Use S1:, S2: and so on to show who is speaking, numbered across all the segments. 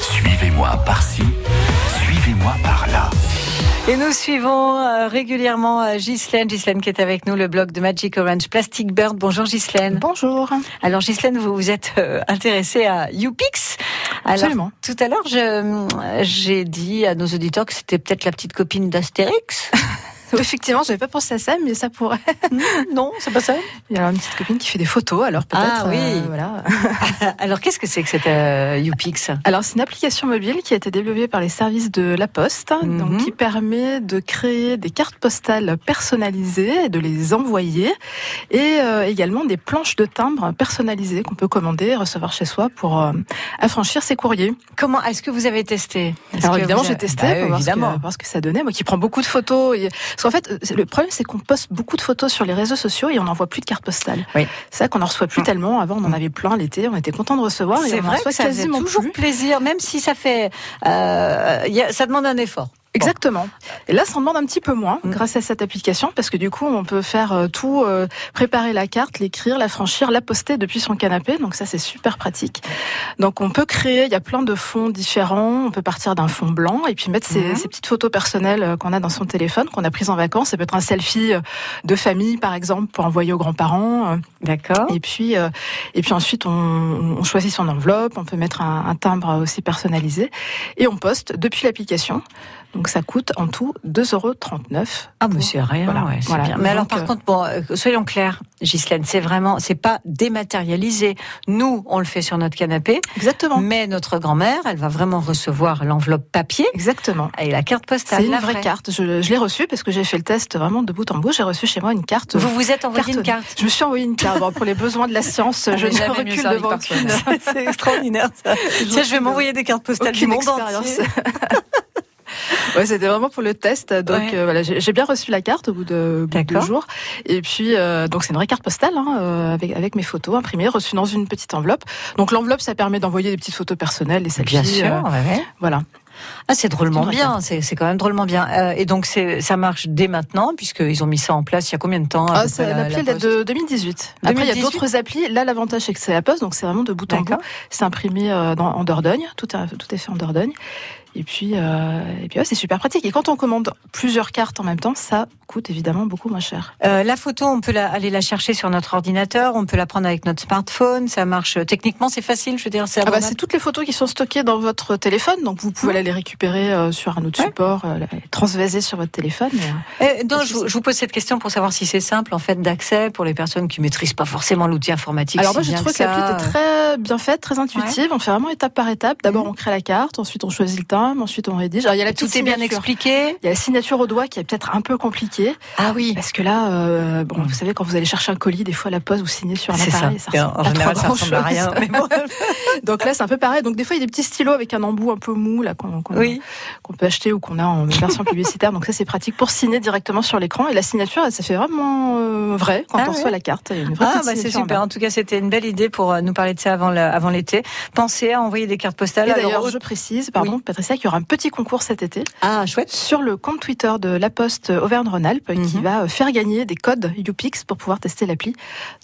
S1: Suivez-moi par-ci, suivez-moi par-là.
S2: Et nous suivons euh, régulièrement euh, Ghislaine, Ghislaine qui est avec nous, le blog de Magic Orange Plastic Bird. Bonjour Ghislaine.
S3: Bonjour.
S2: Alors Ghislaine, vous vous êtes euh, intéressée à YouPix. Alors,
S3: Absolument.
S2: Tout à l'heure, je- euh, j'ai dit à nos auditeurs que c'était peut-être la petite copine d'Astérix.
S3: Effectivement, j'avais pas pensé à ça, mais ça pourrait.
S2: non, c'est pas ça.
S3: Il y a une petite copine qui fait des photos, alors peut-être. euh,
S2: Ah oui.
S3: voilà.
S2: Alors qu'est-ce que c'est que cette euh, YouPix
S3: Alors, c'est une application mobile qui a été développée par les services de La Poste,
S2: Mhm.
S3: donc qui permet de créer des cartes postales personnalisées et de les envoyer, et euh, également des planches de timbre personnalisées qu'on peut commander et recevoir chez soi pour euh, affranchir ses courriers.
S2: Comment est-ce que vous avez testé Est-ce
S3: Alors
S2: que
S3: évidemment,
S2: vous avez-
S3: j'ai testé
S2: Bah,
S3: pour voir, ce que,
S2: évidemment.
S3: voir ce que ça donnait. Moi qui prends beaucoup de photos. et- Parce qu'en fait, euh, c'est- le problème, c'est qu'on poste beaucoup de photos sur les réseaux sociaux et on n'envoie plus de cartes postales.
S2: Oui. Mm.
S3: C'est ça qu'on en reçoit plus tellement. Avant, on en avait plein l'été, on était content de recevoir. et
S2: C'est
S3: on en
S2: vrai
S3: reçoit
S2: que ça faisait
S3: quasiment
S2: toujours
S3: plus.
S2: plaisir, même si ça fait, euh, y a- ça demande un effort.
S3: Exactement. Et là, ça en demande un petit peu moins
S2: Mm.
S3: grâce à cette application parce que du coup, on peut faire euh, tout, euh, préparer la carte, l'écrire, la franchir, la poster depuis son canapé. Donc ça, c'est super pratique. Donc on peut créer, il y a plein de fonds différents. On peut partir d'un fond blanc et puis mettre ses,
S2: Mhm.
S3: ses petites photos personnelles euh, qu'on a dans son téléphone, qu'on a prises en vacances. Ça peut être un selfie euh, de famille, par exemple, pour envoyer aux grands-parents. euh,
S2: D'accord.
S3: et puis, euh, et puis ensuite, on, on choisit son enveloppe, on peut mettre un, un timbre aussi personnalisé, et on poste depuis l'application. Donc ça coûte en tout 2,39 euros.
S2: Ah, mais c'est rien,
S3: Voilà,
S2: ouais, c'est
S3: voilà.
S2: bien. Mais
S3: Donc,
S2: alors, par
S3: euh,
S2: contre, bon, euh, soyons clairs, Ghislaine, c'est vraiment, c'est pas dématérialisé. Nous, on le fait sur notre canapé,
S3: Exactement.
S2: mais notre grand-mère, elle va vraiment recevoir l'enveloppe papier
S3: Exactement.
S2: et la carte postale.
S3: C'est une
S2: la
S3: vraie carte. Je, je l'ai reçue parce que j'ai fait le test vraiment de bout en bout. J'ai reçu chez moi une carte.
S2: Vous vous êtes envoyé une
S3: Cartonne.
S2: carte.
S3: Je me suis envoyé une carte. Bon, pour les besoins de la science,
S2: Ah,
S4: On
S3: je
S4: n'est
S3: ne
S4: jamais mieux
S3: recule
S4: servi
S3: devant
S4: par
S3: aucune,
S4: soi-même.
S2: c'est extraordinaire. Ça. Tiens, je vais m'envoyer des cartes postales
S3: aucune
S2: du monde
S3: expérience.
S2: entier.
S3: ouais, c'était vraiment pour le test. Donc
S2: Ouais.
S3: euh, voilà, j'ai j'ai bien reçu la carte au bout de, au bout de deux
S2: D'accord.
S3: jours. Et puis euh, donc c'est une vraie carte postale hein, euh, avec avec mes photos imprimées, reçues dans une petite enveloppe. Donc l'enveloppe ça permet d'envoyer des petites photos personnelles, des selfies.
S2: Bien sûr,
S3: euh,
S2: ouais, ouais.
S3: voilà.
S2: Ah, c'est drôlement
S3: C'est une vraie
S2: bien, c'est c'est quand même drôlement bien. Euh, et donc, c'est- ça marche dès maintenant, puisqu'ils ont mis ça en place il y a combien de temps à
S3: Ah,
S2: peu
S3: ça-
S2: près, la-
S3: l'appli
S2: la
S3: elle date
S2: Poste
S3: de 2018. Après il y
S2: 2018.
S3: a d'autres applis. Là l'avantage c'est que c'est la poste, donc c'est vraiment de bout en bout.
S2: D'accord.
S3: C'est imprimé euh, dans- en Dordogne, tout est tout est fait en Dordogne. Et puis euh, et puis ouais, c'est super pratique. Et quand on commande plusieurs cartes en même temps, ça coûte évidemment beaucoup moins cher.
S2: Euh, la photo, on peut la- aller la chercher sur notre ordinateur, on peut la prendre avec notre smartphone, ça marche euh, techniquement, c'est facile, je veux dire, c'est
S3: Ah bah,
S2: abordable.
S3: c'est toutes les photos qui sont stockées dans votre téléphone, donc vous pouvez aller les récupérer euh, sur un autre
S2: Ouais.
S3: support, euh, les transvaser sur votre téléphone. et, euh,
S2: Eh, non, je, vous- je vous pose cette question pour savoir si c'est simple en fait d'accès pour les personnes qui maîtrisent pas forcément l'outil informatique.
S3: Alors
S2: si
S3: moi, j'ai
S2: bien
S3: trouvé que euh,
S2: que
S3: l'appli
S2: ça.
S3: était très bien faite, très intuitive. On fait vraiment étape par étape. D'abord, on crée la carte, ensuite on choisit le timbre, ensuite on rédige. Mm-hmm. Alors, il y a la petite
S2: Tout est bien
S3: signature.
S2: expliqué.
S3: Il y a la signature au doigt qui est peut-être un peu compliquée
S2: Ah oui.
S3: parce que là, euh, bon,
S2: Mm.
S3: vous savez quand vous allez chercher un colis, des fois la pose vous signez sur un
S2: C'est ça.
S3: appareil,
S2: Et
S3: ressemble
S2: en
S3: pas
S2: général,
S3: trop
S2: ça ressemble à
S3: grand-chose.
S2: rien. Mais bon,
S3: Donc là, c'est un peu pareil. Donc des fois, il y a des petits stylos avec un embout un peu mou là qu'on qu'on-
S2: oui.
S3: qu'on peut acheter ou qu'on a en version publicitaire. Donc ça, c'est pratique pour signer directement sur l'écran. Et la signature, elle, ça fait vraiment euh, vrai quand
S2: Ah
S3: on
S2: ouais.
S3: reçoit la carte. Il y a une vraie
S2: Ah
S3: petite
S2: bah c'est
S3: signature en bas.
S2: super. En tout cas, c'était une belle idée pour euh, nous parler de ça avant la- avant l'été. Pensez à envoyer des cartes postales.
S3: Et
S2: Alors,
S3: d'ailleurs,
S2: au-
S3: je précise, pardon, Patricia, qu'il y aura un petit concours cet été
S2: ah chouette.
S3: sur le compte Twitter de La Poste Auvergne-Rhône-Alpes qui
S2: Mhm.
S3: va euh, faire gagner des codes YouPix pour pouvoir tester l'appli.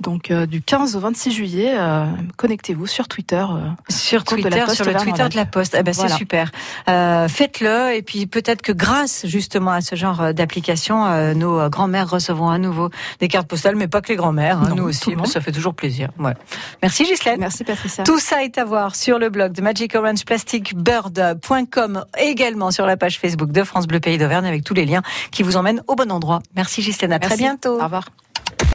S3: Donc euh, du 15 au 26 juillet, euh, connectez-vous sur Twitter. euh.
S2: Sur
S3: compte de la
S2: Twitter,
S3: Poste
S2: sur le
S3: vers
S2: Twitter
S3: Nantes.
S2: de la Poste. Eh ben,
S3: Voilà.
S2: C'est super. Euh, Faites-le et puis peut-être que grâce justement à ce genre d'application, euh, nos euh, grands-mères recevront à nouveau des cartes postales, mais pas que les grands-mères, hein,
S3: Non,
S2: nous
S3: tout
S2: aussi.
S3: le monde.
S2: Ça fait toujours plaisir. Ouais. Merci Gisèle.
S3: Merci Patricia.
S2: Tout ça est à voir sur le blog de magicorangeplasticbird.com, euh, également sur la page Facebook de France Bleu Pays d'Auvergne avec tous les liens qui vous emmènent au bon endroit. Merci Gisèle, à très
S3: Merci.
S2: bientôt.
S3: Au revoir.